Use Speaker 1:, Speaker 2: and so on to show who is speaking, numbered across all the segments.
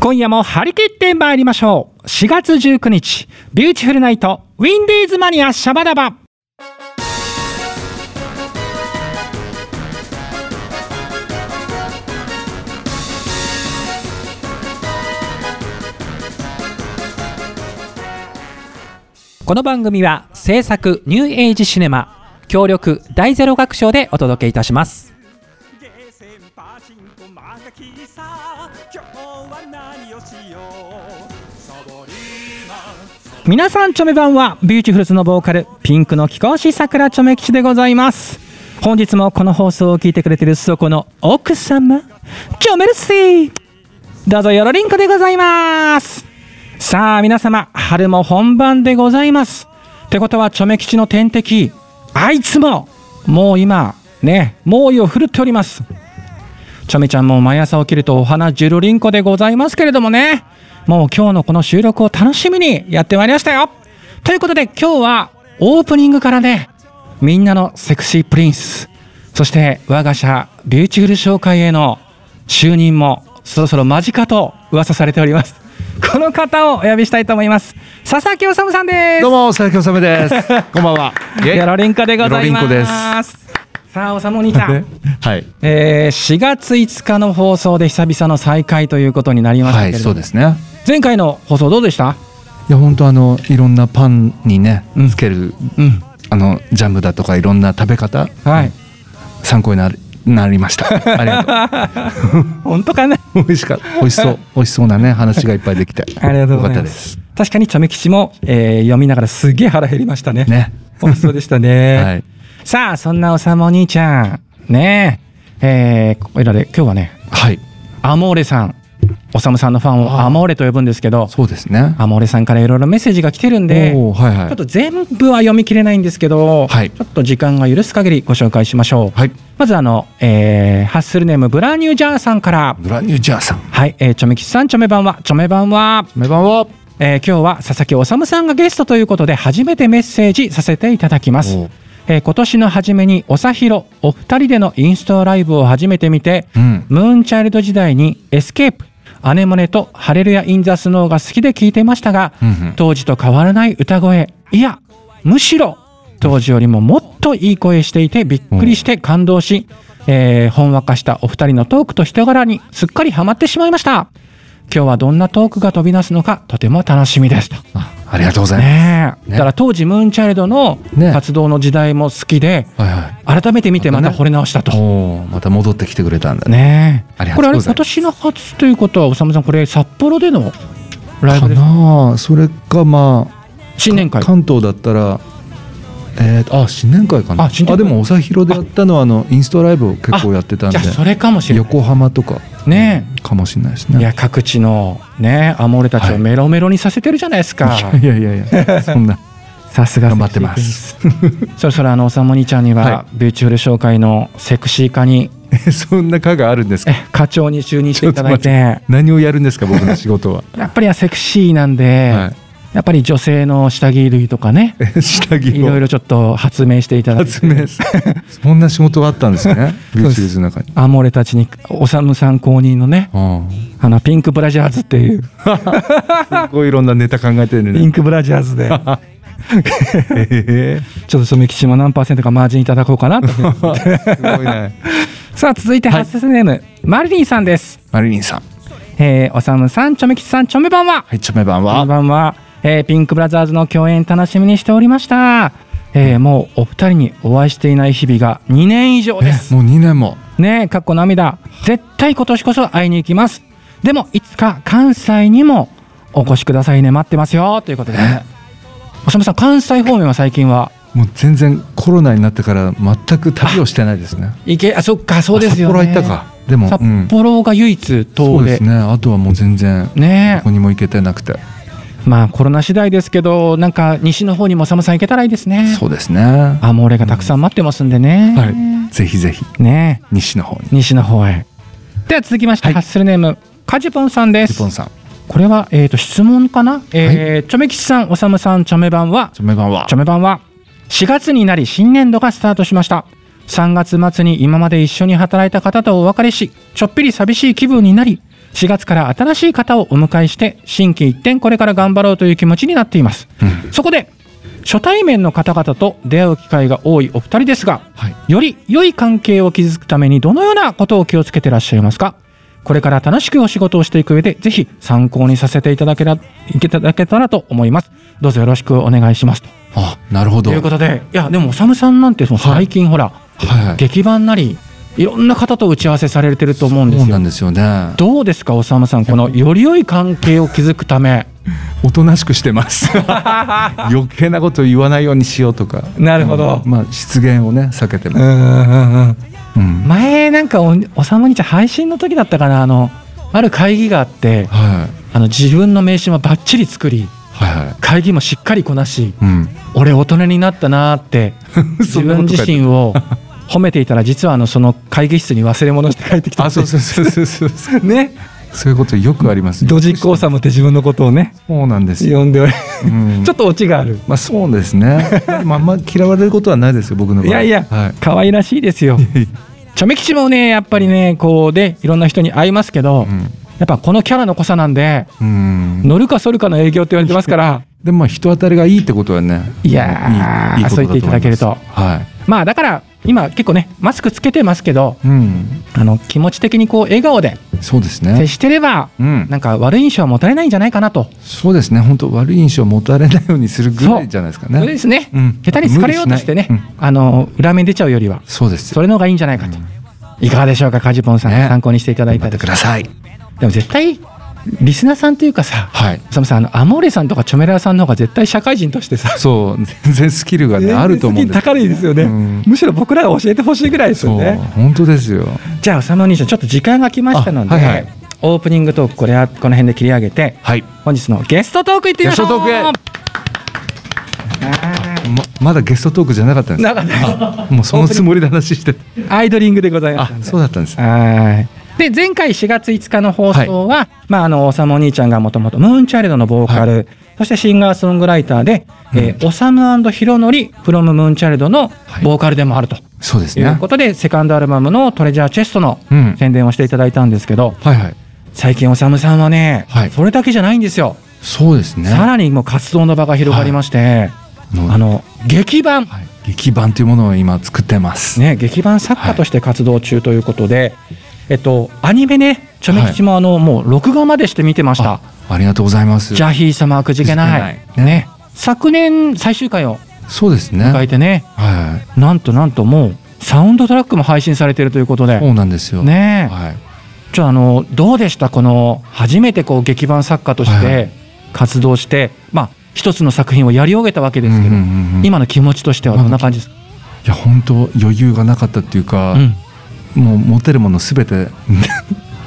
Speaker 1: 今夜も張り切ってまいりましょう4月19日ビューティフルナイトウィンディーズマニアシャバダバこの番組は制作ニューエイジシネマ協力大ゼロ学賞でお届けいたします
Speaker 2: ゲーセンパチンコマガキさ今日は何をしようサボリーマン
Speaker 1: 皆さんチョメ版はビューティフルズのボーカルピンクの貴公子桜チョメ吉でございます本日もこの放送を聞いてくれてるそこの奥様チョメルシーどうぞよろりんこでございますさあ皆様春も本番でございますってことはチョメ吉の天敵あいつももう今ね猛威を振るっておりますちょめちゃんも毎朝起きるとお花ジュルリンコでございますけれどもねもう今日のこの収録を楽しみにやってまいりましたよということで今日はオープニングからねみんなのセクシープリンスそして我が社ビューティフル商会への就任もそろそろ間近と噂されておりますこの方をお呼びしたいと思います佐々木修さんです
Speaker 3: どうも、佐々木修です。 こんばんは。イェイ
Speaker 1: よろりんこでございます
Speaker 3: よろりんこ
Speaker 1: さあおさむお兄ちゃん
Speaker 3: です。はい。
Speaker 1: えー4月5日の放送で久々の再開ということになりました
Speaker 3: は
Speaker 1: けれ
Speaker 3: い、
Speaker 1: ども、
Speaker 3: そうですね。
Speaker 1: 前回の放送どうでした
Speaker 3: いや、本当あの、いろんなパンにね
Speaker 1: うん、
Speaker 3: つける、
Speaker 1: うん
Speaker 3: あの、ジャムだとか、いろんな食べ方、
Speaker 1: はい
Speaker 3: 参考になるなりました。 ありが
Speaker 1: 本当かな
Speaker 3: とう。美味しかった。美味しそう。美味しそう なね、話がいっぱいできて。
Speaker 1: ありがとうございます
Speaker 3: よかったです。
Speaker 1: 確かにチョメ吉も、えー読みながらすげえ腹減りましたね
Speaker 3: ね。
Speaker 1: 美味しそうでしたね、
Speaker 3: はい。
Speaker 1: さあそんなおさむお兄ちゃんねええー、これらで今日はね
Speaker 3: はい。
Speaker 1: アモーレさんおさむさんのファンを
Speaker 3: あー
Speaker 1: アモーレと呼ぶんですけど
Speaker 3: そうですね。
Speaker 1: アモーレさんからいろいろメッセージが来てるんで
Speaker 3: おーはい
Speaker 1: ちょっ
Speaker 3: は
Speaker 1: と全部は読み切れないんですけど、
Speaker 3: はい
Speaker 1: ちょっと時間が許す限りご紹介しましょう
Speaker 3: い。。はい。
Speaker 1: まずあの、えーハッスルネームブラニュージャーさんから。
Speaker 3: ブラニュージャーさん。
Speaker 1: はい、えー、チョメキさん、チョメ版は、チョメ版は、
Speaker 3: メバンは。
Speaker 1: えー今日は佐々木修さんがゲストということで、初めてメッセージさせていただきます。
Speaker 3: おー
Speaker 1: えー今年の初めに、おさひろ、お二人でのインストライブを初めて見て、
Speaker 3: うん。
Speaker 1: ムーンチャイルド時代に、エスケープ、アネモネとハレルヤ・イン・ザ・スノーが好きで聴いてましたが、
Speaker 3: うんうん
Speaker 1: 当時と変わらない歌声いやむしろ当時よりももっといい声していてびっくりして感動し、えーほんわかしたお二人のトークと人柄にすっかりハマってしまいました今日はどんなトークが飛び出すのかとても楽しみですと
Speaker 3: あありがとうございま
Speaker 1: ねえ
Speaker 3: ね
Speaker 1: だから当時ムーンチャイルドの
Speaker 3: ね
Speaker 1: 活動の時代も好きで、
Speaker 3: す。はいはい。
Speaker 1: 改めて見てまた惚れ直したと
Speaker 3: おーまた戻ってきてくれたんだね。
Speaker 1: ねえ
Speaker 3: ありが
Speaker 1: こと
Speaker 3: う
Speaker 1: れあれ
Speaker 3: ござ
Speaker 1: 今
Speaker 3: います
Speaker 1: 年の初ということはおさむさんこれ札幌でのライブ
Speaker 3: か
Speaker 1: です
Speaker 3: なあそれかまあ
Speaker 1: 新年会
Speaker 3: 関東だったらえーとあ新年会かな
Speaker 1: あ新年会
Speaker 3: でもおさひろでやったのはあのインストライブを結構やってたん
Speaker 1: じ
Speaker 3: で
Speaker 1: ゃあそれかもしれない
Speaker 3: 横浜とか
Speaker 1: ねえ
Speaker 3: かもしれないです
Speaker 1: い
Speaker 3: ね
Speaker 1: や各地のねアモーレたち
Speaker 3: は
Speaker 1: を
Speaker 3: い
Speaker 1: メロメロにさせてるじゃないですか、
Speaker 3: いやいやいや いやそんな
Speaker 1: さすが
Speaker 3: 頑張ってます
Speaker 1: そろそろあのおさもにちゃんには、
Speaker 3: は
Speaker 1: ビューチュール紹介のセクシー化に
Speaker 3: そんな課があるんです
Speaker 1: え
Speaker 3: か
Speaker 1: 課長に就任していただい
Speaker 3: ちょ
Speaker 1: て
Speaker 3: 何をやるんですか僕の仕事は
Speaker 1: やっぱりはセクシーなんで、
Speaker 3: は
Speaker 1: やっぱり女性の下着類とかね
Speaker 3: い下着
Speaker 1: いろい
Speaker 3: を
Speaker 1: ろちょっと発明していただいて
Speaker 3: 発明すそんな仕事があったんで すねビューシリーズの中に
Speaker 1: アモーレたちにおさむさん公認のね
Speaker 3: あ
Speaker 1: あのピンクブラジャーズっていう
Speaker 3: あすごいいろんなネタ考えてる
Speaker 1: ピン
Speaker 3: ね
Speaker 1: クブラジャーズでちょっ
Speaker 3: ええ
Speaker 1: とそのキシも何パーセントかマージンいただこうかなと
Speaker 3: すごいね
Speaker 1: さあ続いてハッセスネーム、マリリンさんです
Speaker 3: マリリンさん
Speaker 1: えー、おさむさん、ちょめきちさん、ちょめばんは。
Speaker 3: はいチョメ版
Speaker 1: こん
Speaker 3: は
Speaker 1: ばんは、えーピンクブラザーズの共演楽しみにしておりました。えーもうお二人にお会いしていない日々が2年以上で
Speaker 3: え
Speaker 1: す。
Speaker 3: もう2年も
Speaker 1: ねえ、かっこ涙。絶対今年こそ会いに行きます。でも、いつか関西にもお越しくださいね。待ってますよ。ということで ね。おさむさん、関西方面は最近は
Speaker 3: もう全然コロナになってから全く旅をしてないですね。
Speaker 1: 行け、あ、そっか、そうですよね。
Speaker 3: あ札幌行った。か。でも、うん
Speaker 1: 札幌が唯一
Speaker 3: そ
Speaker 1: 遠
Speaker 3: う
Speaker 1: 出
Speaker 3: です。ね。あとはもう全然ど
Speaker 1: ねえ
Speaker 3: こにも行けてなくて。
Speaker 1: まあコロナ次第ですけど、なんか西の方にも寒さん行けたらいいですね。
Speaker 3: そうですね。は
Speaker 1: アモーレがたくさん待ってますんでね。
Speaker 3: い。ぜひぜひ
Speaker 1: ね
Speaker 3: 西の方に。
Speaker 1: 西の方へ。では続きまして、
Speaker 3: はい
Speaker 1: ハッスルネーム、カジポンさんで
Speaker 3: 日
Speaker 1: す。
Speaker 3: 本さん、
Speaker 1: これは、えー、と質問かな、えーチョメ吉さん、おさむさん、チョメ版は
Speaker 3: チョメ版は
Speaker 1: チョメ版は4月になり新年度がスタートしました3月末に今まで一緒に働いた方とお別れしちょっぴり寂しい気分になり4月から新しい方をお迎えして心機一転これから頑張ろうという気持ちになっています、
Speaker 3: うん
Speaker 1: そこで初対面の方々と出会う機会が多いお二人ですが
Speaker 3: はい
Speaker 1: より良い関係を築くためにどのようなことを気をつけてらっしゃいますかこれから楽しくお仕事をしていく上でぜひ参考にさせていただけらいただけたらと思いますどうぞよろしくお願いしますと
Speaker 3: あなるほど
Speaker 1: いうことでいやでもおさむさんなんてその
Speaker 3: はい
Speaker 1: 最近ほら、
Speaker 3: はいはい
Speaker 1: 劇版なりいろんな方と打ち合わせされてると思うんで
Speaker 3: そう
Speaker 1: す
Speaker 3: な
Speaker 1: よ
Speaker 3: んですよね
Speaker 1: どうですかおさむさんこのより良い関係を築くため
Speaker 3: おとなしくしてます 余計なこと言わないようにしようとか
Speaker 1: なるほど
Speaker 3: まあ失言をね避けて
Speaker 1: う
Speaker 3: ます、
Speaker 1: んうんうん
Speaker 3: うん
Speaker 1: 前なんかおおさむにちゃん配信の時だったかなあのある会議があって
Speaker 3: はい
Speaker 1: あの自分の名刺もばっちり作り
Speaker 3: はいはい
Speaker 1: 会議もしっかりこなし
Speaker 3: うん
Speaker 1: 俺大人になったなーって 自
Speaker 3: そんな
Speaker 1: 分
Speaker 3: こと書
Speaker 1: 自
Speaker 3: いて
Speaker 1: 身を褒めていたら実はあのその会議室に忘れ物して帰ってきた
Speaker 3: あそうそうそうそうそうそう
Speaker 1: ね
Speaker 3: そういうことよくあります
Speaker 1: ドジっ子おさむって自分のことをね
Speaker 3: そうなんですよ、
Speaker 1: 呼んでおり
Speaker 3: うん
Speaker 1: ちょっとオチがある
Speaker 3: まあそうで すねまああんま嫌われることはないですよ僕の場合
Speaker 1: いやいや、
Speaker 3: はい、
Speaker 1: 可愛らしいですよ。チョメ吉もねやっぱりねこうでいろんな人に会いますけど、
Speaker 3: うん
Speaker 1: やっぱこのキャラの濃さなんで
Speaker 3: うん、
Speaker 1: 乗るか反るかの営業って言われてますから
Speaker 3: でもまあ人当たりがいいってことはね
Speaker 1: いやー
Speaker 3: いいいいことだと思
Speaker 1: そう言っていただけると
Speaker 3: ますは
Speaker 1: まあだから今結構ねマスクつけてますけど
Speaker 3: い、うん、
Speaker 1: あの気持ち的にこう笑顔で
Speaker 3: そうです
Speaker 1: 接
Speaker 3: ね
Speaker 1: してれば、
Speaker 3: うん
Speaker 1: なんか悪い印象は持たれないんじゃないかなと。
Speaker 3: そうですね本当悪い印象を持たれないようにするぐらいじゃないですかね
Speaker 1: そうですね、
Speaker 3: うん
Speaker 1: 下手に好かれようとしてね、
Speaker 3: 無理しな
Speaker 1: あの裏目に出ちゃうよりは
Speaker 3: そうです
Speaker 1: それの方がいいんじゃないかと、いかがでしょうかカジポンさん、
Speaker 3: ね
Speaker 1: 参考にしていただい
Speaker 3: 頑張
Speaker 1: た
Speaker 3: って
Speaker 1: り
Speaker 3: ください
Speaker 1: でも絶対リスナーさんというかさ、
Speaker 3: はい
Speaker 1: サムさんあのアモーレさんとかチョメラーさんの方が絶対社会人としてさ
Speaker 3: そう全然スキルがねあると思うんです
Speaker 1: 高いですよね、
Speaker 3: うん
Speaker 1: むしろ僕らが教えてほしいぐらいです
Speaker 3: そ
Speaker 1: よ
Speaker 3: う
Speaker 1: ね
Speaker 3: 本当ですよ
Speaker 1: じゃあおさむお兄ちゃんちょっと時間が来ましたので、
Speaker 3: あはいはい
Speaker 1: オープニングトークこれはこの辺で切り上げて
Speaker 3: はい
Speaker 1: 本日のゲストトークいってみましょう
Speaker 3: ゲストトーままだゲストトークじゃなかったんです
Speaker 1: なかった
Speaker 3: もうそのつもりで話してて
Speaker 1: アイドリングでございま
Speaker 3: あ
Speaker 1: すので
Speaker 3: そうだったんですね
Speaker 1: はい。で前回4月5日の放送は、まああのおさむお兄ちゃんがもともとムーンチャイルドのボーカル、そしてシンガーソングライターで、えーおさむひろのりフロムムーンチャイルドの
Speaker 3: はい
Speaker 1: ボーカルでもあると
Speaker 3: そうです
Speaker 1: い
Speaker 3: ね
Speaker 1: う
Speaker 3: は
Speaker 1: ことで、セカンドアルバムのトレジャーチェストの
Speaker 3: うん
Speaker 1: 宣伝をしていただいたんですけど、
Speaker 3: いはい
Speaker 1: 最近おさむさんはね、
Speaker 3: はい
Speaker 1: それだけじゃないんですよ。
Speaker 3: そうですね
Speaker 1: さらにもう活動の場が広がりまして、
Speaker 3: の
Speaker 1: あの劇版、
Speaker 3: はい、劇版というものを今作ってます、
Speaker 1: ね、劇版作家として活動中ということで、えっと、アニメね、ちょめ吉もあの、もう録画までして見てました
Speaker 3: あ。ありがとうございます
Speaker 1: ジャヒー様はくじけない。
Speaker 3: くじけない
Speaker 1: ね。昨年最終回を
Speaker 3: そうですね
Speaker 1: 迎えてね、
Speaker 3: は
Speaker 1: なんとなんともうサウンドトラックも配信されてるということ
Speaker 3: い
Speaker 1: で、
Speaker 3: そうなんですよ
Speaker 1: ね
Speaker 3: はい、
Speaker 1: ちょあのどうでしたこの初めてこう劇版作家とし
Speaker 3: は
Speaker 1: て
Speaker 3: い
Speaker 1: 活動して、まあ一つの作品をやり終えたわけですけど、
Speaker 3: うんうんうんうん
Speaker 1: 今の気持ちとしてはどんな感じですか？
Speaker 3: いや本当余裕がなかったっていうか、
Speaker 1: うん
Speaker 3: もう持てるものすべて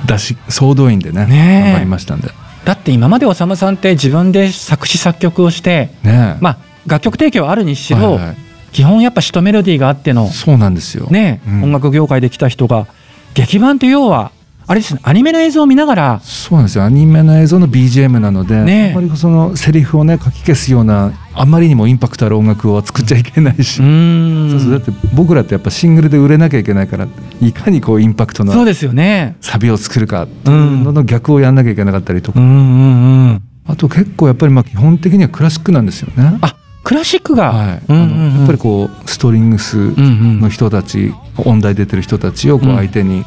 Speaker 3: 出し総動員でね
Speaker 1: ねえ
Speaker 3: 頑張りましたんで
Speaker 1: だって今までおさむさんって自分で作詞作曲をして、
Speaker 3: ねえ
Speaker 1: まあ楽曲提供はあるにし
Speaker 3: はい
Speaker 1: ろ、
Speaker 3: はい
Speaker 1: 基本やっぱシトメロディーがあっての
Speaker 3: そうなんですよ、
Speaker 1: ね、
Speaker 3: うん
Speaker 1: 音楽業界で来た人が劇版って要はあれですねアニメの映像を見ながら
Speaker 3: そうなんですよアニメの映像の BGM なので、
Speaker 1: ねえ
Speaker 3: あんまりそのセリフをね書き消すようなあまりにもインパクトある音楽を作っちゃいけないうし、
Speaker 1: ーん
Speaker 3: そうそうだって僕らってやっぱシングルで売れなきゃいけないからいかにこうインパクトのあ
Speaker 1: そう
Speaker 3: る
Speaker 1: ですよね
Speaker 3: サビを作るかって
Speaker 1: う
Speaker 3: いうの
Speaker 1: ん
Speaker 3: の逆をやんなきゃいけなかったりと
Speaker 1: う
Speaker 3: か、
Speaker 1: んうんうん
Speaker 3: あと結構やっぱりまあ基本的にはクラシックなんですよね。
Speaker 1: あクラシックが、
Speaker 3: はい、
Speaker 1: うんう
Speaker 3: あ
Speaker 1: んうん
Speaker 3: のやっぱりこうストリングス
Speaker 1: ん
Speaker 3: の人たち、音大出てる人たちをこ
Speaker 1: う
Speaker 3: うん相手に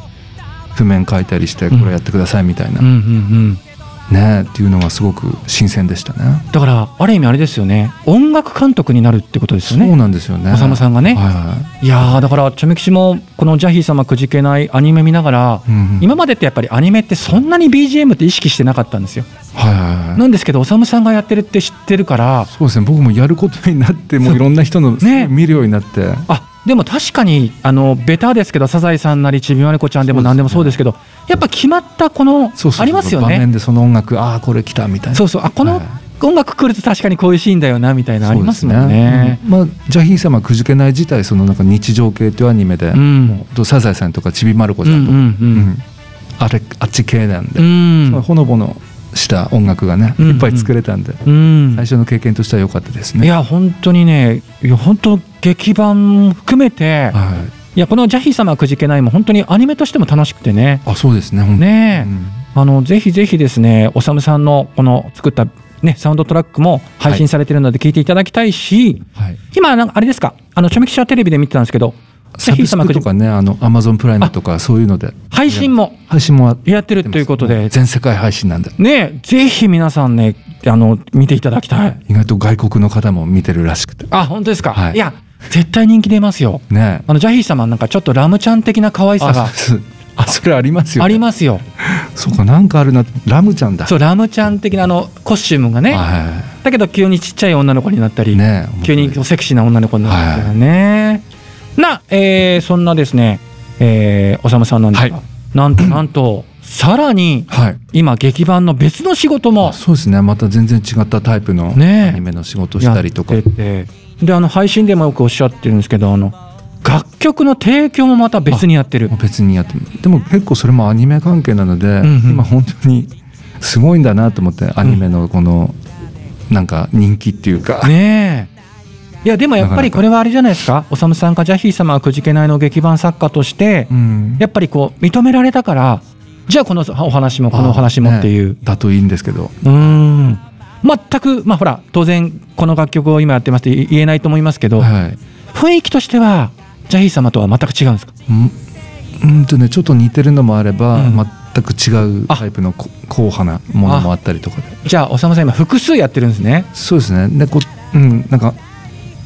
Speaker 3: 譜面書いたりして
Speaker 1: うん
Speaker 3: これやってくださいみたいな、
Speaker 1: うんうんうん
Speaker 3: ねっていうのがすごく新鮮でしたね。
Speaker 1: だからある意味あれですよね音楽監督になるってことですよ
Speaker 3: そう
Speaker 1: ね
Speaker 3: なんですよね。
Speaker 1: おさむさんがね
Speaker 3: はいはい
Speaker 1: やーだからチョメキシもこの「ジャヒー様くじけない」アニメ見ながら、
Speaker 3: い。うんうん
Speaker 1: 今までってやっぱりアニメってそんなに BGM って意識してなかったんですよ
Speaker 3: はいはいはい。
Speaker 1: なんですけどおさむさんがやってるって知ってるから
Speaker 3: そうですね。僕もやることになって、もういろんな人の
Speaker 1: ね
Speaker 3: 見るようになって。
Speaker 1: あでも確かにあのベタですけどサザエさんなりちびまる子ちゃんでも何でもそうですけどやっぱ決まったこの
Speaker 3: そうそうそう
Speaker 1: ありますよ
Speaker 3: 場面
Speaker 1: ね
Speaker 3: でその音楽、ああこれ来たみたいな。
Speaker 1: そうそうあこの
Speaker 3: はい
Speaker 1: 音楽来ると確かにこういうシーンだよなみたいなのありますもんね
Speaker 3: そうですねうんまあジャヒー様くじけない自体そのなんか日常系というアニメで、
Speaker 1: うん
Speaker 3: もうサザエさんとかちびまる子
Speaker 1: うん
Speaker 3: ち
Speaker 1: う
Speaker 3: ゃんとか、
Speaker 1: ん
Speaker 3: うんあれあっち系なん
Speaker 1: う
Speaker 3: で、
Speaker 1: ん
Speaker 3: まあほのぼのした音楽がね、
Speaker 1: うん
Speaker 3: いっぱい作れたんで、
Speaker 1: うん
Speaker 3: 最初の経験としては良かったです
Speaker 1: い
Speaker 3: ね。
Speaker 1: や本当にねいや本当劇版も含めて
Speaker 3: は
Speaker 1: いやこの「ジャヒ様くじけない」も本当にアニメとしても楽しくてね
Speaker 3: あそうですね本当に
Speaker 1: ねえ、
Speaker 3: うん
Speaker 1: あのぜひぜひですねおさむさんのこの作った、ね、サウンドトラックも配信されてるので聞いていただきたいし、
Speaker 3: はい、
Speaker 1: 今なんかあれですかあのチョメキシャテレビで見てたんですけどジ
Speaker 3: サ
Speaker 1: ャヒ
Speaker 3: ブス
Speaker 1: 様
Speaker 3: ク
Speaker 1: くじ
Speaker 3: とかねあのアマゾンプライムとかそういうので
Speaker 1: 配信も
Speaker 3: 配信も
Speaker 1: やってるということで
Speaker 3: 全世界配信なんで
Speaker 1: ねえぜひ皆さんねあの見ていただきたい
Speaker 3: 意外と外国の方も見てるらしくて
Speaker 1: あ本当ですか、、
Speaker 3: はいい
Speaker 1: や絶対人気出ますよ
Speaker 3: ねえ
Speaker 1: あのジャヒー様なんかちょっとラムちゃん的な可愛さ
Speaker 3: あ
Speaker 1: が
Speaker 3: そうですあそれありますよ、
Speaker 1: あ
Speaker 3: ね、
Speaker 1: りますよ
Speaker 3: そうかなんかあるなラムちゃんだ
Speaker 1: そうラムちゃん的なあのコスチュームがね
Speaker 3: は
Speaker 1: だけど急にちっちゃい女の子になったり、
Speaker 3: いねえ
Speaker 1: 急に
Speaker 3: 本
Speaker 1: セクシーな女の子になるんですよね。な、えーそんなですね、えー、おさむさんなんですが、
Speaker 3: はい
Speaker 1: なんと なんと、さらに
Speaker 3: 当にはい
Speaker 1: 今、劇版の別の仕事も
Speaker 3: そうですねまた全然違ったタイプの
Speaker 1: ねえ
Speaker 3: アニメの仕事をし
Speaker 1: や
Speaker 3: た
Speaker 1: っ
Speaker 3: りとか、
Speaker 1: てて、であの配信でもよくおっしゃってるんですけど、あの楽曲の提供もまた別にやってる
Speaker 3: もう。別にやってもでも結構それもアニメ関係なので、
Speaker 1: んうん
Speaker 3: 今本当にすごいんだなと思ってアニメのこの、なんか人気っていうか、
Speaker 1: ねえ。いやでもやっぱり
Speaker 3: なかなか
Speaker 1: これはあれじゃないですか、おさむさんがジャヒー様はくじけないの劇版作家として
Speaker 3: う、ん
Speaker 1: やっぱりこう認められたから、じゃあこのお話もこのお話もっていう
Speaker 3: ね。だといいんですけど
Speaker 1: うーん全く、まあ、ほら当然この楽曲を今やってますって言えないと思いますけど、
Speaker 3: はい
Speaker 1: 雰囲気としてはジャヒー様とは全く違うんですか
Speaker 3: うんうんとねちょっと似てるのもあれば、
Speaker 1: うん
Speaker 3: 全く違うタイプのこ硬派なものもあったりとかで
Speaker 1: じゃあおさむさん今複数やってるんですね
Speaker 3: そうですねでこうんなんか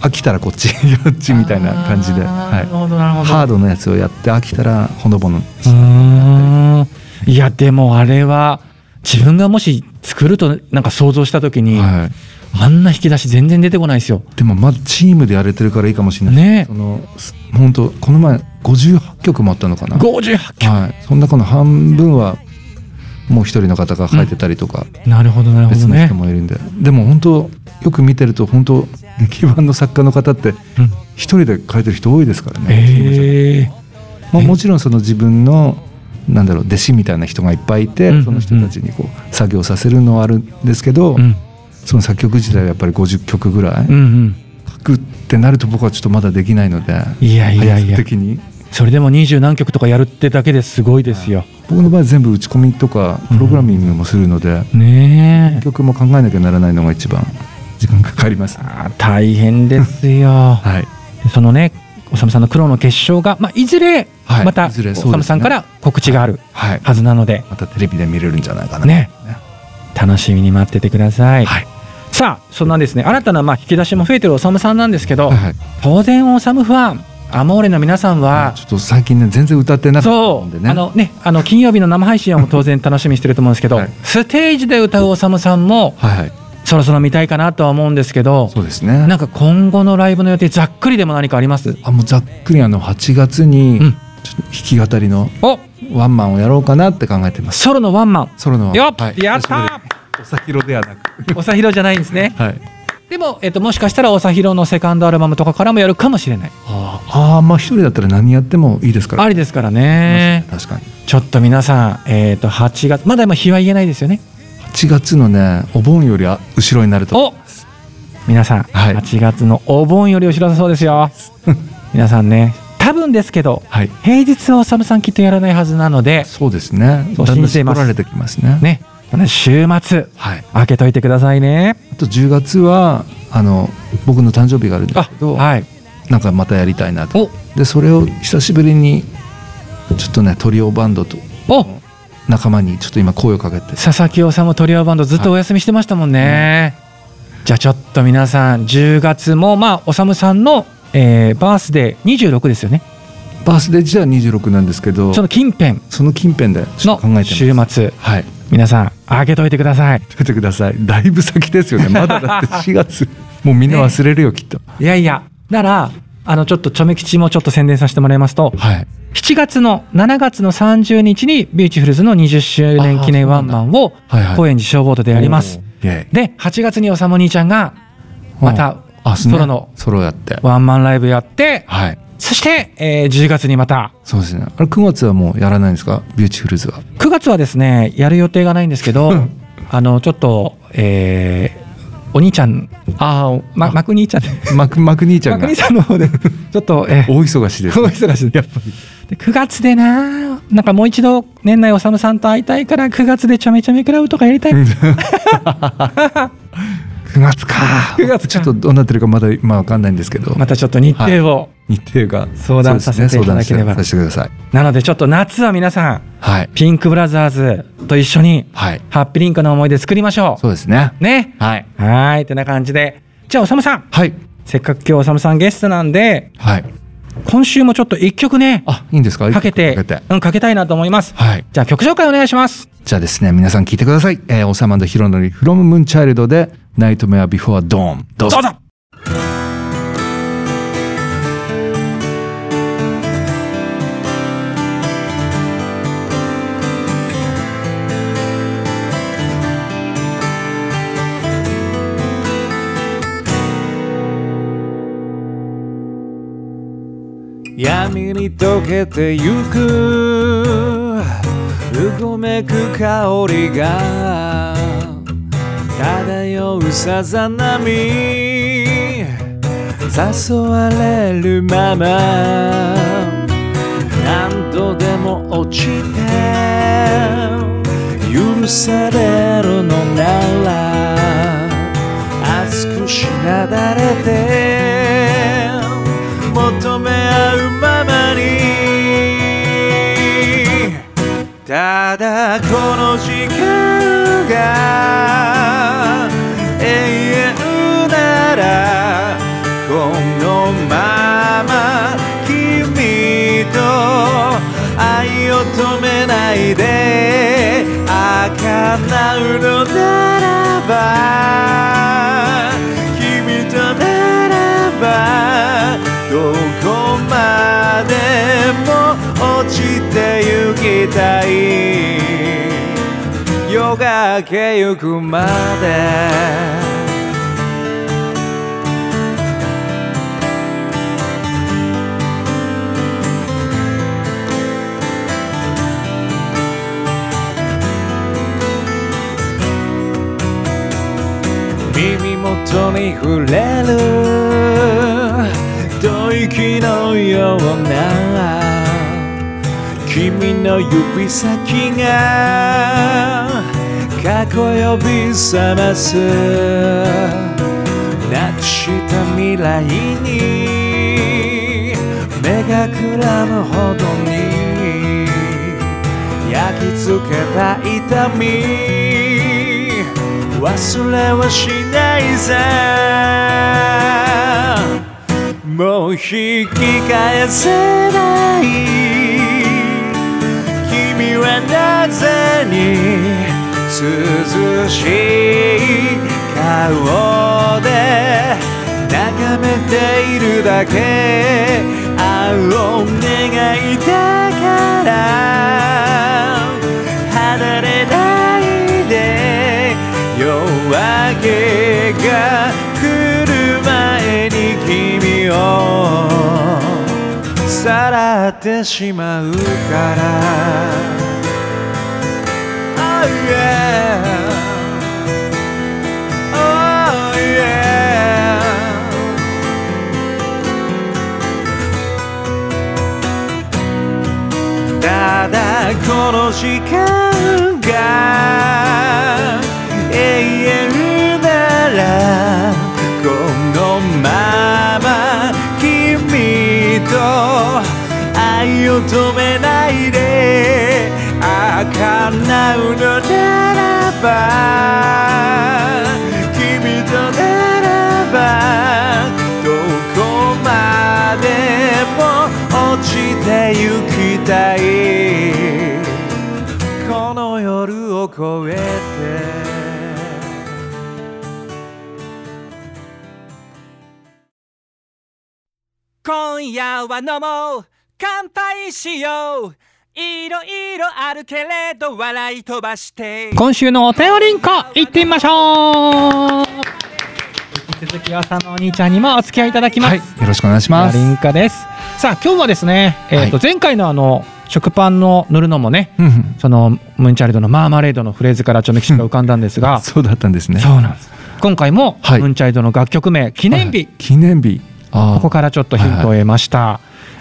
Speaker 3: 飽きたらこっち こっちみたいな感じで、
Speaker 1: あー
Speaker 3: は
Speaker 1: なるほどなるほ
Speaker 3: い、
Speaker 1: ど
Speaker 3: ハードのやつをやって飽きたらほのぼの
Speaker 1: うーんいやでもあれは自分がもし作るとなんか想像した時に、
Speaker 3: はい
Speaker 1: あんな引き出し全然出てこないですよ
Speaker 3: でもまずチームでやれてるからいいかもしれない、
Speaker 1: ね
Speaker 3: そのす本当この前58曲もあったのかな、
Speaker 1: 58曲、
Speaker 3: はい、その中の半分はもう一人の方が書いてたりとか、
Speaker 1: なるほどなるほ
Speaker 3: 別
Speaker 1: ど
Speaker 3: の
Speaker 1: ね
Speaker 3: 人もいるんで、でも本当よく見てると本当劇版の作家の方って
Speaker 1: うん
Speaker 3: 一人で書いてる人多いですからね、
Speaker 1: ええ
Speaker 3: まあ、もちろんその自分のなんだろう弟子みたいな人がいっぱいいて、
Speaker 1: うんうんうん
Speaker 3: その人たちにこう作業させるのはあるんですけど、
Speaker 1: うん
Speaker 3: その作曲自体はやっぱり50曲ぐらい
Speaker 1: うんうん
Speaker 3: 書くってなると僕はちょっとまだできないので。
Speaker 1: いやいやい
Speaker 3: 速
Speaker 1: や
Speaker 3: さ的に
Speaker 1: それでも二十何曲とかやるってだけですごいですよ。
Speaker 3: 僕の場合全部打ち込みとか
Speaker 1: うん
Speaker 3: プログラミングもするので、
Speaker 1: ねえ。
Speaker 3: 曲も考えなきゃならないのが一番時間かかります。
Speaker 1: あー大変ですよ。
Speaker 3: はい、
Speaker 1: そのね、おさむさんの苦労の結晶が、まあ、いずれ、
Speaker 3: はい
Speaker 1: また、
Speaker 3: いずれ
Speaker 1: お
Speaker 3: そうですね
Speaker 1: さむさんから告知がある
Speaker 3: はい、
Speaker 1: はずなので、
Speaker 3: またテレビで見れるんじゃないかな。
Speaker 1: ね、楽しみに待っててください。
Speaker 3: はい
Speaker 1: さあ、そんなですね、新たなまあ引き出しも増えてるおさむさんなんですけど、
Speaker 3: はいはい
Speaker 1: 当然、おさむファン、アモーレの皆さんは、
Speaker 3: ちょっと最近ね全然歌ってなかった
Speaker 1: そ
Speaker 3: んで
Speaker 1: う、
Speaker 3: ね。
Speaker 1: あのね、あの金曜日の生配信はもう当然楽しみにしてると思うんですけど、
Speaker 3: はい
Speaker 1: ステージで歌うおさむさんも、
Speaker 3: はいはい、
Speaker 1: そろそろ見たいかなとは思うんですけど、
Speaker 3: そうですね。
Speaker 1: なんか今後のライブの予定、ざっくりでも何かあります
Speaker 3: あもうざっくりあの8月に
Speaker 1: うん
Speaker 3: ちょっと弾き語りの
Speaker 1: お
Speaker 3: ワンマンをやろうかなって考えてます。
Speaker 1: ソロのワンマン。
Speaker 3: ソロの
Speaker 1: よっ、
Speaker 3: はい
Speaker 1: やった
Speaker 3: お先ろではなく、
Speaker 1: おさひろじゃないんですね。
Speaker 3: はい。
Speaker 1: でも、えっと、もしかしたらおさひろのセカンドアルバムとかからもやるかもしれない。
Speaker 3: あーあーまあ一人だったら何やってもいいですから。
Speaker 1: ありですからね。
Speaker 3: 確かに。
Speaker 1: ちょっと皆さん、えっと、8月、まだ今日は言えないですよね。
Speaker 3: 8月のねお盆よりあ後ろになると。
Speaker 1: お皆さん、
Speaker 3: はい
Speaker 1: 8月のお盆より後ろだそうです よ。皆さんね、多分ですけど、
Speaker 3: はい。
Speaker 1: 平日はおさむさんきっとやらないはずなので、
Speaker 3: そうですね。
Speaker 1: そう
Speaker 3: だん
Speaker 1: 信
Speaker 3: だ
Speaker 1: じて
Speaker 3: ん
Speaker 1: い
Speaker 3: 絞
Speaker 1: ます
Speaker 3: られてきますね。
Speaker 1: ね、週末、
Speaker 3: はい。
Speaker 1: 開けといてくださいね。
Speaker 3: あと10月はあの僕の誕生日があるんで
Speaker 1: あ
Speaker 3: すけ、ど、
Speaker 1: はい。
Speaker 3: なんかまたやりたいなと。
Speaker 1: お、
Speaker 3: でそれを久しぶりにちょっとねトリオバンドと
Speaker 1: お、
Speaker 3: 仲間にちょっと今声をかけて
Speaker 1: 佐々木修もトリオバンドずっとお休みしてましたもんね。じゃあちょっと皆さん10月もまあ修さんの、えーバースデー26ですよね。
Speaker 3: バースデー時代は26なんですけど
Speaker 1: その近辺
Speaker 3: その近辺でちょっと考えて
Speaker 1: の
Speaker 3: ます
Speaker 1: 週末
Speaker 3: はい
Speaker 1: 皆さん開けといてください。
Speaker 3: 出てくださいだいぶ先で すよねまだだって4月もうみんな忘れるよきっと
Speaker 1: いやいや。ならあのちょっとチョメ吉もちょっと宣伝させてもらいますと
Speaker 3: はい
Speaker 1: 7月の7月の30日にビューティフルズの20周年記念ワンマンを
Speaker 3: はいはい
Speaker 1: 高円寺消防土でやります。
Speaker 3: おーイエイ
Speaker 1: で8月におさむ兄ちゃんがまた
Speaker 3: あ
Speaker 1: ソロの
Speaker 3: ソロやって
Speaker 1: ワンマンライブやって
Speaker 3: はい
Speaker 1: そして、えー10月にまた
Speaker 3: そうですねあれ9月はもうやらないんですかビューティフルズは
Speaker 1: 9月はですねやる予定がないんですけどあのちょっと、えーお兄ちゃん、
Speaker 4: あー
Speaker 1: ま、マク兄ちゃんで、
Speaker 4: マクマク兄ちゃ
Speaker 1: マ
Speaker 4: ん
Speaker 1: ク
Speaker 4: が
Speaker 1: 兄さんの方で、ちょっと、え
Speaker 4: 大忙しです、
Speaker 1: 大忙し
Speaker 4: やっぱり
Speaker 1: で9月でななんかもう一度年内おさむさんと会いたいから9月でちょめちょめクラブとかやりたい、
Speaker 4: 9月か
Speaker 1: 9月か
Speaker 4: ちょっとどうなってるかまだまあわかんないんですけど、
Speaker 1: またちょっと日程を、
Speaker 4: 日程が
Speaker 1: 相談させていただければ
Speaker 4: そうですね相談してさせてくだ
Speaker 1: なのでちょっと夏は皆さん
Speaker 4: さいはい
Speaker 1: ピンクブラザーズと一緒に
Speaker 4: はい
Speaker 1: ハッピーリンクの思い出作りましょ
Speaker 4: そうですね
Speaker 1: うね
Speaker 4: はい
Speaker 1: はーいってな感じでじゃあおさむさん
Speaker 4: はい
Speaker 1: せっかく今日おさむさんゲストなんで
Speaker 4: はい
Speaker 1: 今週もちょっと一曲ね
Speaker 4: あいいんですか
Speaker 1: かけて
Speaker 4: かけて
Speaker 1: うん、かけたいなと思います
Speaker 4: はい
Speaker 1: じゃあ曲紹介お願いします
Speaker 4: じゃあですね皆さん聞いてください、えー、オサマンドヒロノリ from Moonchild で Nightmare Before Dawn どうぞ
Speaker 1: どうぞ
Speaker 3: 闇に溶けてゆくうごめく香りが漂うさざ波誘われるまま何度でも落ちて許されるのなら熱くしなだれて求め合うままにただこの時間が永遠ならこのまま君と愛を止めないで儚うのならば君とならばどこまでも落ちてゆきたい夜が明けゆくまで耳元に触れる吐息のような君の指先が過去呼び覚ますなくした未来に目がくらむほどに焼き付けた痛み忘れはしないぜもう引き返せない君はなぜに涼しい顔で眺めているだけ青を願いだから離れないで夜明けが来る前に君をさらってしまうから Oh yeah Oh yeah ただこの時間が永遠ならこのまま君と愛を止めないで儚うのならば君とならばどこまでも落ちてゆきたいこの夜を越えて
Speaker 5: 今夜は飲もう乾杯しよういろいろあるけれど笑い飛ばして
Speaker 1: 今週のお便りんこ行ってみましょう引き続きおさむお兄ちゃんにもお付き合いいただきます、
Speaker 4: はいよろしくお願いしま
Speaker 1: マ
Speaker 4: す
Speaker 1: リンカです。さあ今日はですね、えっ、と
Speaker 4: は
Speaker 1: 前回のあの食パンの塗るのもね、
Speaker 4: うんうん
Speaker 1: そのムーンチャイルドのマーマレードのフレーズからちょっとメキシコが浮かんだんですが、
Speaker 4: そうだったんですね
Speaker 1: そうなんです。今回も
Speaker 3: はい
Speaker 1: ムンチャイドの楽曲名記念日、
Speaker 3: はい記念日あー
Speaker 1: ここからちょっとヒントを得ました、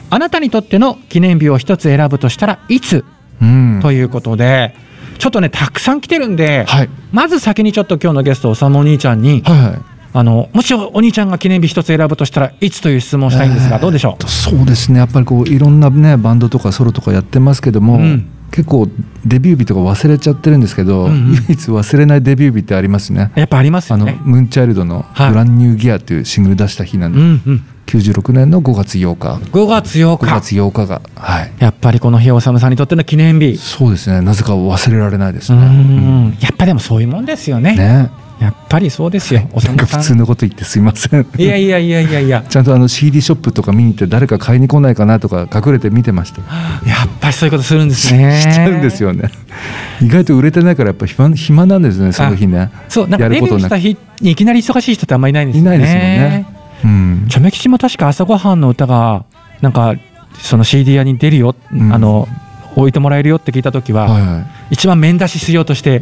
Speaker 1: あなたにとっての記念日を一つ選ぶとしたらいつ
Speaker 3: うん
Speaker 1: ということでちょっとねたくさん来てるんで、
Speaker 3: はい
Speaker 1: まず先にちょっと今日のゲストおさむお兄ちゃんに、
Speaker 3: はいはい
Speaker 1: あのもしお兄ちゃんが記念日一つ選ぶとしたらいつという質問をしたいんですが、どうでしょ
Speaker 3: えー
Speaker 1: う
Speaker 3: とそうですねやっぱりこういろんなねバンドとかソロとかやってますけども、
Speaker 1: うん
Speaker 3: 結構デビュー日とか忘れちゃってるんですけど、
Speaker 1: うんうん
Speaker 3: 唯一忘れないデビュー日ってありますね。
Speaker 1: やっぱあります
Speaker 3: あ
Speaker 1: よ
Speaker 3: の
Speaker 1: ね。
Speaker 3: ムーンチャイルドの「
Speaker 1: はい
Speaker 3: ブランニューギア」というシングル出した日なん
Speaker 1: う
Speaker 3: で、
Speaker 1: んうん、
Speaker 3: 96年の5月8日
Speaker 1: 5月8
Speaker 3: 5
Speaker 1: 日
Speaker 3: 月8日がはい
Speaker 1: やっぱりこの日おさむさんにとっての記念日
Speaker 3: そうですねなぜか忘れられないです
Speaker 1: う
Speaker 3: ね。
Speaker 1: んやっぱでもそういうもんですよね
Speaker 3: ね
Speaker 1: やっぱりそうですよ、お
Speaker 3: な
Speaker 1: さ
Speaker 3: ん
Speaker 1: む
Speaker 3: か
Speaker 1: さ
Speaker 3: 普
Speaker 1: ん
Speaker 3: 通のこと言ってすいません。
Speaker 1: いやいやいやいやいや
Speaker 3: ちゃんとあの CD ショップとか見に行って誰か買いに来ないかなとか隠れて見てました。
Speaker 1: やっぱりそういうことするんです
Speaker 3: し
Speaker 1: ね。
Speaker 3: しちゃうんですよね。 意外と売れてないからやっぱ暇暇なんですねその日ね。
Speaker 1: そう、なんか
Speaker 3: や
Speaker 1: デ
Speaker 3: る
Speaker 1: ビ
Speaker 3: こ
Speaker 1: ュ
Speaker 3: と
Speaker 1: ーし
Speaker 3: な
Speaker 1: た
Speaker 3: く
Speaker 1: 日にいきなり忙しい人ってあんまりいないです
Speaker 3: い
Speaker 1: よ
Speaker 3: な
Speaker 1: ね。
Speaker 3: いですもんね。。うん。
Speaker 1: チョメ吉も確か朝ごはんの歌が、なんか、その CD 屋に出るよ、
Speaker 3: ん
Speaker 1: あの、置いてもらえるよって聞いた時は、
Speaker 3: はいはい。
Speaker 1: 一番面出ししようと して、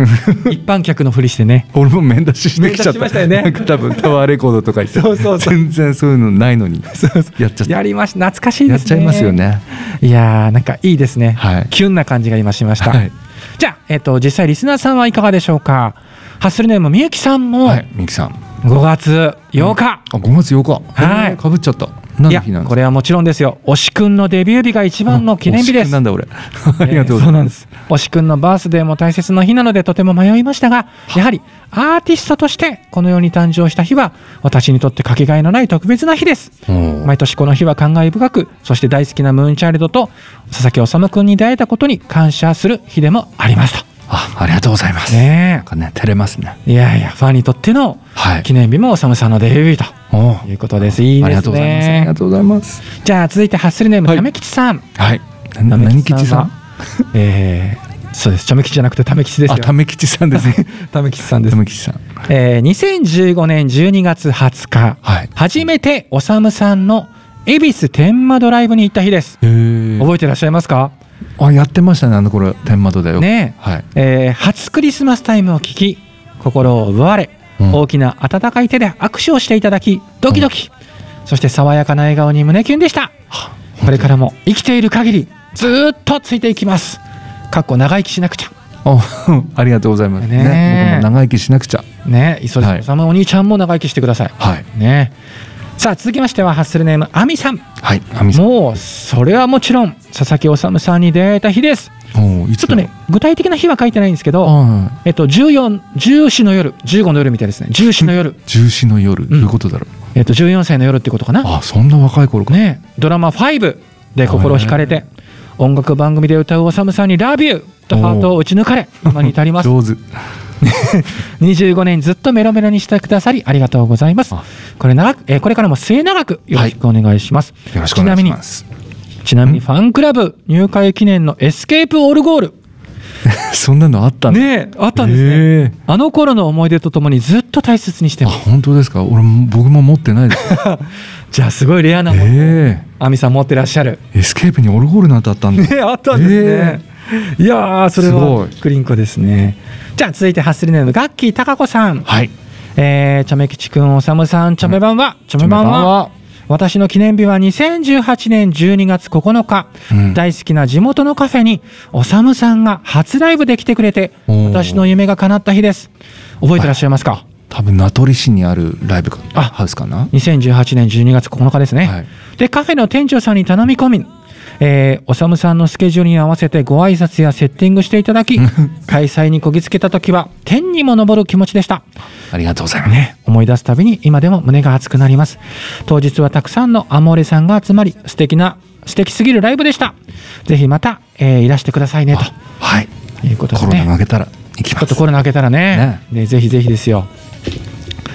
Speaker 1: 一般客のふりしてね。
Speaker 3: 俺も面出ししてきちゃっ。
Speaker 1: 面出したしましたよね
Speaker 3: なんか多分タワーレコードとか言って、
Speaker 1: そうそうそう
Speaker 3: 全然そういうのないのにやっちゃった。
Speaker 1: やりました。懐かしい
Speaker 3: や
Speaker 1: で
Speaker 3: っ
Speaker 1: す
Speaker 3: ち
Speaker 1: ね。
Speaker 3: ゃいますよ。ね。
Speaker 1: いやー、なんかいいですね。
Speaker 3: はい
Speaker 1: キュンな感じが今しました。
Speaker 3: はい。
Speaker 1: じゃあ、えっ、と、実際リスナーさんはいかがでしょうか。ハッスルネームみゆきさんも、
Speaker 3: はい。ミキさん。あ
Speaker 1: 5月8日、
Speaker 3: 5月8日。
Speaker 1: はい
Speaker 3: かぶっちゃった。何
Speaker 1: い
Speaker 3: の
Speaker 1: や
Speaker 3: 日なんですか。
Speaker 1: これはもちろんですよ推しくんのデビュー日が一番の記念日で
Speaker 3: おしくん
Speaker 1: す
Speaker 3: なんだ俺。 ありがとう
Speaker 1: えー
Speaker 3: ございます。
Speaker 1: そうなんです推しくんのバースデーも大切な日なのでとても迷いましたがやはりアーティストとしてこの世に誕生した日は私にとってかけがえのない特別な日です
Speaker 3: うん。
Speaker 1: 毎年この日は感慨深くそして大好きなムーンチャイルドと佐々木修くんに出会えたことに感謝する日でもあります
Speaker 3: あ、ありがとうございま
Speaker 1: と
Speaker 3: す。なん
Speaker 1: ね
Speaker 3: かね照れますね。
Speaker 1: えいやいやファンにとっての
Speaker 3: はい。
Speaker 1: 記念日も修さんのデビュー日
Speaker 3: お
Speaker 1: ということですいいですね
Speaker 3: ありがとうございます。ありがとうございます。
Speaker 1: じゃあ続いてハッスルネーム
Speaker 3: はい
Speaker 1: 亀吉さん、
Speaker 3: はい。
Speaker 1: な
Speaker 3: な何吉さん
Speaker 1: は。えーそうです。チョメ吉じゃなくてタメ吉です
Speaker 3: あ、
Speaker 1: よ。
Speaker 3: ため吉さんですね。
Speaker 1: タメ吉さんで
Speaker 3: た
Speaker 1: す。
Speaker 3: め吉さん。
Speaker 1: えー、2015年12月20日、
Speaker 3: はい。
Speaker 1: 初めておさむさんの恵比寿天満ドライブに行った日です。
Speaker 3: へえ。
Speaker 1: 覚えてらっしゃいますか？
Speaker 3: あ、やってましたね。あの頃天窓だよ。。
Speaker 1: ね
Speaker 3: はい。
Speaker 1: え、えー初クリスマスタイムを聞き、心を奪われ、
Speaker 3: うん
Speaker 1: 大きな温かい手で握手をしていただき、ドキドキ、そして爽やかな笑顔に胸キュンでした。これからも生きている限りずーっとついていきます。かっこ長生きしなくちゃ。
Speaker 3: お、 ありがとうございます。
Speaker 1: ねえ
Speaker 3: ね。僕も長生きしなくちゃ。
Speaker 1: ね、磯田
Speaker 3: はい
Speaker 1: さん、お兄ちゃんも長生きしてください。
Speaker 3: はい。
Speaker 1: ね。さあ続きましてはハッスルネームアミさん
Speaker 3: はい。あみさん。
Speaker 1: もうそれはもちろん佐々木修さんに出会えた日です
Speaker 3: おー、い
Speaker 1: ちょ
Speaker 3: つ
Speaker 1: っと
Speaker 3: だ
Speaker 1: ね。具体的な日は書いてないんですけど
Speaker 3: は
Speaker 1: え
Speaker 3: い。
Speaker 1: っと14 14の夜15の夜みたいですね14の夜
Speaker 3: 重視の夜。どういうことだろう。
Speaker 1: えっと14歳の夜ってことかな
Speaker 3: あ、そんな若い頃か。
Speaker 1: ねドラマ5で心惹かれて音楽番組で歌う修さんに「ラビュー!」とハートを打ち抜かれ今に至り ます
Speaker 3: 上手。
Speaker 1: 25年ずっとメロメロにしてくださりありがとうございます
Speaker 3: あ
Speaker 1: これ長く、えーこれからも末永くよろしくお願いします、
Speaker 3: よろしくお願いします。
Speaker 1: ちなみにちなみにファンクラブ入会記念のエスケープオルゴール
Speaker 3: そんなのあったの。
Speaker 1: ねえあったんですね、
Speaker 3: へえ
Speaker 1: あの頃の思い出とともにずっと大切にして
Speaker 3: あ、
Speaker 1: ます
Speaker 3: 本当ですか。俺も僕も持ってないです。
Speaker 1: じゃあすごいレアなもの
Speaker 3: え
Speaker 1: 亜美さん持ってらっしゃる
Speaker 3: え。エスケープにオルゴールなんてあったんだ。
Speaker 1: ねあったんですね、いやーそれ
Speaker 3: すご
Speaker 1: はいクリンコですねじゃあ続いてハッスリネームガッキータカコさん
Speaker 3: はい。
Speaker 1: えー、チョメ吉くんおさむさんチョメ版はチョメ版は私の記念日は2018年12月9日、
Speaker 3: うん
Speaker 1: 大好きな地元のカフェにおさむさんが初ライブで来てくれて
Speaker 3: おー
Speaker 1: 私の夢が叶った日です覚えてらっしゃいますか、
Speaker 3: 多分名取市にあるライブか
Speaker 1: あ
Speaker 3: ハウスかな。
Speaker 1: 2018年12月9日ですね、
Speaker 3: はい
Speaker 1: でカフェの店長さんに頼み込みえーおさむさんのスケジュールに合わせてご挨拶やセッティングしていただ き開催にこぎつけた時は天にも昇る気持ちでした
Speaker 3: ありがとうございます。
Speaker 1: ね、思い出すたびに今でも胸が熱くなります当日はたくさんのアモーレさんが集まり素敵な素敵すぎるライブでしたぜひまた、えーいらしてくださいね
Speaker 3: はい。
Speaker 1: ということ
Speaker 3: コ
Speaker 1: で
Speaker 3: ロ
Speaker 1: ね
Speaker 3: ナが明けたら行き
Speaker 1: ち
Speaker 3: ま
Speaker 1: ょっ
Speaker 3: す。
Speaker 1: とコロナ開けたらねねぜひぜひですよ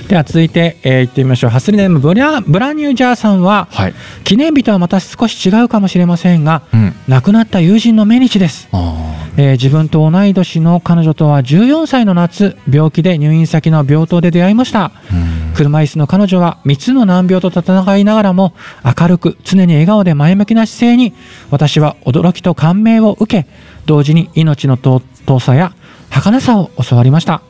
Speaker 1: では続いて、えー行ってみましょうハスリネームブラブラニュージャーさんは、
Speaker 3: はい。
Speaker 1: 記念日とはまた少し違うかもしれませんが、
Speaker 3: うん。
Speaker 1: 亡くなった友人の命日です
Speaker 3: あ
Speaker 1: えー自分と同い年の彼女とは14歳の夏病気で入院先の病棟で出会いました
Speaker 3: あ。うん。
Speaker 1: 車椅子の彼女は3つの難病と戦いながらも明るく常に笑顔で前向きな姿勢に私は驚きと感銘を受け同時に命の尊さや儚さを教わりました、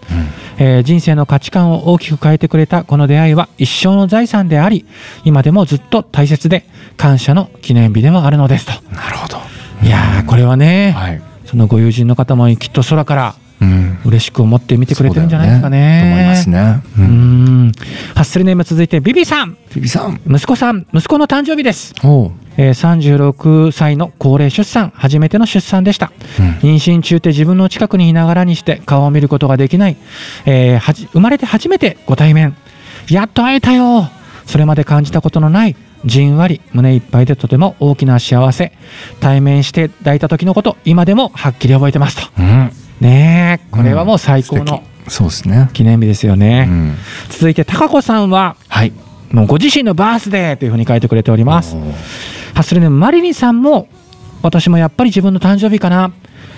Speaker 1: えー人生の価値観を大きく変えてくれたこの出会いは一生の財産であり今でもずっと大切で感謝の記念日でもあるのですと
Speaker 3: なるほど。
Speaker 1: いやーこれはね、
Speaker 3: はい。
Speaker 1: そのご友人の方もきっと空から
Speaker 3: うん。
Speaker 1: 嬉しく思って見てくれてるんじゃないですかね。
Speaker 3: そうだよねと思います
Speaker 1: う
Speaker 3: ね。うん。
Speaker 1: んハッスルネーム続いてビビさん
Speaker 3: ビビさん。
Speaker 1: 息子さん息子の誕生日です、
Speaker 3: おう。
Speaker 1: えー36歳の高齢出産初めての出産でした
Speaker 3: うん。
Speaker 1: 妊娠中って自分の近くにいながらにして顔を見ることができない、えーはじ生まれて初めてご対面やっと会えたよそれまで感じたことのないじんわり胸いっぱいでとても大きな幸せ対面して抱いた時のこと今でもはっきり覚えてますと
Speaker 3: うん。
Speaker 1: ねえこれはもう最高の
Speaker 3: 素敵。そうですね。
Speaker 1: 記念日ですよ
Speaker 3: う
Speaker 1: ね、
Speaker 3: ん。
Speaker 1: 続いて高子さんは
Speaker 3: はい。
Speaker 1: もうご自身のバースデーというふうに書いてくれております
Speaker 3: おう
Speaker 1: ハッスルネームマリリンさんも私もやっぱり自分の誕生日かな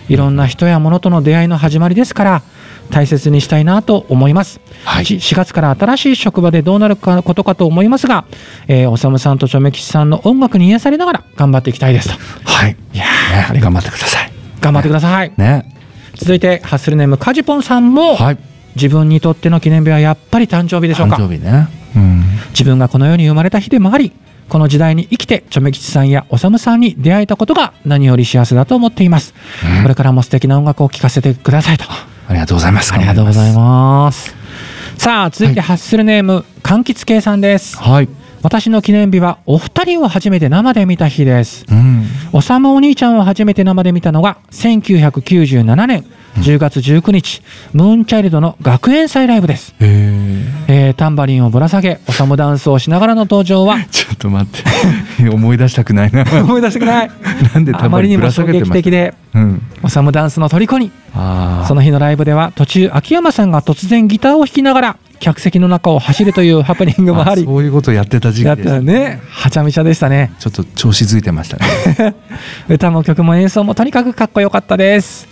Speaker 1: いろんな人や物との出会いの始まりですから大切にしたいなと思います、
Speaker 3: はい
Speaker 1: し 4, 月から新しい職場でどうなるかことかと思いますが、えー、おさむさんとちょめきちさんの音楽に癒されながら頑張っていきたいですと
Speaker 3: はい。
Speaker 1: いや
Speaker 3: ね、あれ頑張ってください。
Speaker 1: 頑張ってください、
Speaker 3: ね。
Speaker 1: 続いてハッスルネームカジポンさんも、
Speaker 3: はい。
Speaker 1: 自分にとっての記念日はやっぱり誕生日でしょう
Speaker 3: 誕
Speaker 1: か
Speaker 3: 生日ね。うん。
Speaker 1: 自分がこの世に生まれた日でもありこの時代に生きてチョメ吉さんやおさむさんに出会えたことが何より幸せだと思っています、これからも素敵な音楽を聴かせてくださいとあ
Speaker 3: ありがとうございます。
Speaker 1: りがとうござい
Speaker 3: 頑
Speaker 1: ますさあ続いて
Speaker 3: はい
Speaker 1: ハッスルネーム、柑橘系さんです
Speaker 3: 張ります。
Speaker 1: 私の記念日はお二人を初めて生で見た日です
Speaker 3: はい。うん。
Speaker 1: おさむお兄ちゃんを初めて生で見たのが1997年10月19日、ムーンチャイルドの学園祭ライブです
Speaker 3: えー、、
Speaker 1: えータンバリンをぶら下げ、おさむダンスをしながらの登場は
Speaker 3: ちょっと待って。 思い出したくないな。
Speaker 1: 思い出してくない。
Speaker 3: なんで
Speaker 1: あ
Speaker 3: た
Speaker 1: ま
Speaker 3: ま
Speaker 1: り
Speaker 3: に
Speaker 1: に
Speaker 3: ぶ
Speaker 1: も
Speaker 3: ら下
Speaker 1: 衝
Speaker 3: げて
Speaker 1: 撃
Speaker 3: ます
Speaker 1: 的。で、
Speaker 3: うん。
Speaker 1: おさむダンスの虜に。
Speaker 3: ああ。
Speaker 1: その日のライブでは、途中、秋山さんが突然ギターを弾きながら、客席の中を走るというハプニングもあ
Speaker 3: あ
Speaker 1: り、
Speaker 3: そういうことやってた時期
Speaker 1: やっ
Speaker 3: で
Speaker 1: た
Speaker 3: す。
Speaker 1: ね、はちゃめちゃでしたね。
Speaker 3: ちょっと調子づいてましたね。
Speaker 1: 歌も曲も演奏もとにかくかっこよかったです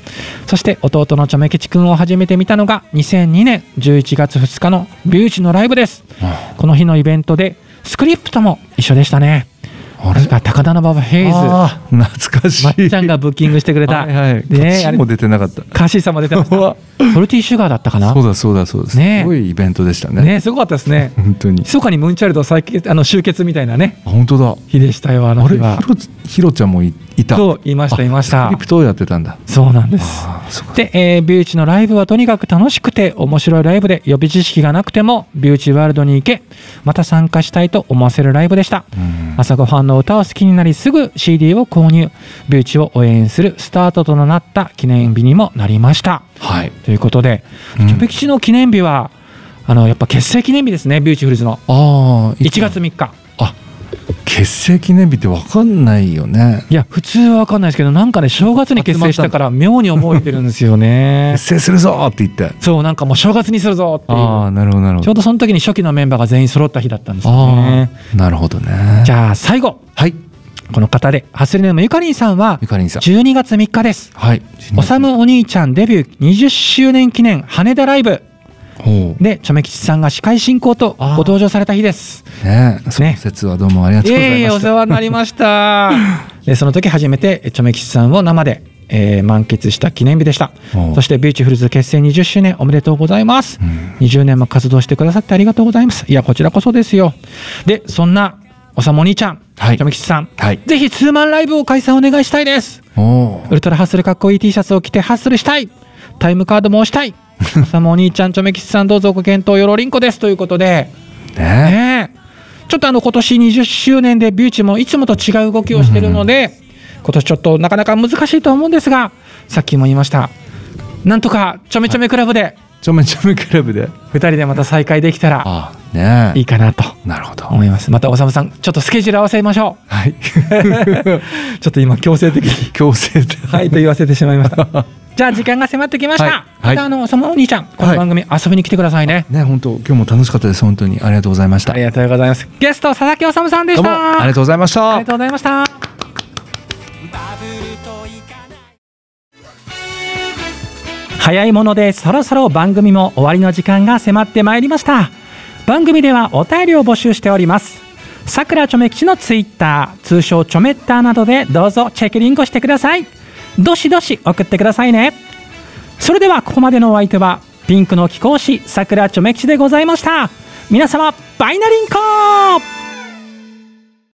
Speaker 1: そして弟のちょめきちくんを初めて見たのが2002年11月2日のビューチのライブです
Speaker 3: あ
Speaker 1: この日のイベントでスクリプトも一緒でしたね
Speaker 3: あれ
Speaker 1: 確か高田馬場ヘイズ
Speaker 3: あー懐かしい。
Speaker 1: まっちゃんがブッキングしてくれた。
Speaker 3: はいはい。
Speaker 1: ね
Speaker 3: ね、
Speaker 1: あれ
Speaker 3: も、出てなかった。
Speaker 1: カシーさんも出てました。ソルティーシュガーだったかな
Speaker 3: そう。だそうだそうだ。す
Speaker 1: ね
Speaker 3: ごいイベントでしたね。
Speaker 1: ね、すごかったですね。
Speaker 3: 本当に。
Speaker 1: 密かにムーンチャイルド再結あの集結みたいなね、
Speaker 3: あ本当だ。
Speaker 1: 日でしたよ、あの
Speaker 3: あ
Speaker 1: 日
Speaker 3: れひ
Speaker 1: は。
Speaker 3: ろひろちゃんもいいた。
Speaker 1: そう、いました、
Speaker 3: あ
Speaker 1: いまし
Speaker 3: ス
Speaker 1: た
Speaker 3: クリ。プトをやってたんだ。
Speaker 1: そうなんです。
Speaker 3: ああ、そうか。
Speaker 1: で、えービューチのライブはとにかく楽しくて面白いライブで予備知識がなくてもビューチワールドに行けまた参加したいと思わせるライブでした
Speaker 3: うん
Speaker 1: 朝ごはんの歌を好きになりすぐ CD を購入ビューチを応援するスタートとなった記念日にもなりました
Speaker 3: はい。
Speaker 1: ということで、
Speaker 3: うん
Speaker 1: チョペ吉の記念日はあのやっぱ結成記念日ですねビューチフルズの
Speaker 3: ああ、いつ
Speaker 1: 1月。3日
Speaker 3: あ、結成記念日ってわかんないよね。
Speaker 1: いや普通は分かんないですけどなんかね正月に結成したから妙に覚えてるんですよね
Speaker 3: 結成するぞーって言って。
Speaker 1: そうなんかもう正月にするぞっていう
Speaker 3: ああ、なるほどなるほ
Speaker 1: ちょ
Speaker 3: ど
Speaker 1: う。どその時に初期のメンバーが全員揃った日だったんですよ
Speaker 3: あ
Speaker 1: ね
Speaker 3: あ、なるほどね。
Speaker 1: じゃあ最後
Speaker 3: はい。
Speaker 1: この方でハスリネームゆかりんさんは
Speaker 3: ゆかりんさん。
Speaker 1: 12月3日です
Speaker 3: はい。
Speaker 1: おさむお兄ちゃんデビュー20周年記念羽田ライブ
Speaker 3: ほう。
Speaker 1: でチョメ吉さんが司会進行とご登場された日です
Speaker 3: ねえ、その説はどうもありがとうございま
Speaker 1: ええお
Speaker 3: した。
Speaker 1: 世話になりました。で、その時初めて、チョメキシさんを生で、えー満喫した記念日でした
Speaker 3: お。う
Speaker 1: そして、ビューチフルズ結成20周年おめでとうございます。
Speaker 3: ん
Speaker 1: 20年も活動してくださってありがとうございます。いや、こちらこそですよ。で、そんな、おさもお兄ちゃん、
Speaker 3: はい
Speaker 1: チョメキシさん、
Speaker 3: はい
Speaker 1: ぜひツーマンライブを開催お願いしたいです。
Speaker 3: お
Speaker 1: ウルトラハッスルかっこいい T シャツを着てハッスルしたい。タイムカードも押した い。おさもお兄ちゃん、チョメキシさん、どうぞご検討よろりんこです。ということで、
Speaker 3: お。ねえ。
Speaker 1: ねえちょっとあの今年20周年でビューチもいつもと違う動きをしてるので、今年ちょっとなかなか難しいと思うんですがさっきも言いましたなんとかちょめちょめクラブで
Speaker 3: ちょめちょめクラブで。
Speaker 1: 2人でまた再会できたら
Speaker 3: ああ、ねえ。
Speaker 1: いいかなと
Speaker 3: なるほど。
Speaker 1: 思いますまたおさむさんちょっとスケジュール合わせましょ
Speaker 3: はい。
Speaker 1: うちょっと今強制的に
Speaker 3: 強制で。
Speaker 1: はいと言わせてしまいましたじゃあ時間が迫ってきました、
Speaker 3: はいはい
Speaker 1: またあのおさむお兄ちゃんこの番組遊びに来てくださいね、
Speaker 3: ね、本当今日も楽しかったです。本当にありがとうございました。
Speaker 1: ありがとうございますゲスト佐々木おさむさんで
Speaker 3: ど
Speaker 1: し
Speaker 3: うも
Speaker 1: た
Speaker 3: ありがとうございました。
Speaker 1: ありがとうございました
Speaker 2: バブルといかない
Speaker 1: 早いものでそろそろ番組も終わりの時間が迫ってまいりました番組ではお便りを募集しておりますさくらちょめ吉のツイッター通称ちょめったーなどでどうぞチェックリンクしてくださいどしどし送ってくださいねそれではここまでのお相手はピンクの貴公子さくらちょめ吉でございました皆様バイナリンコ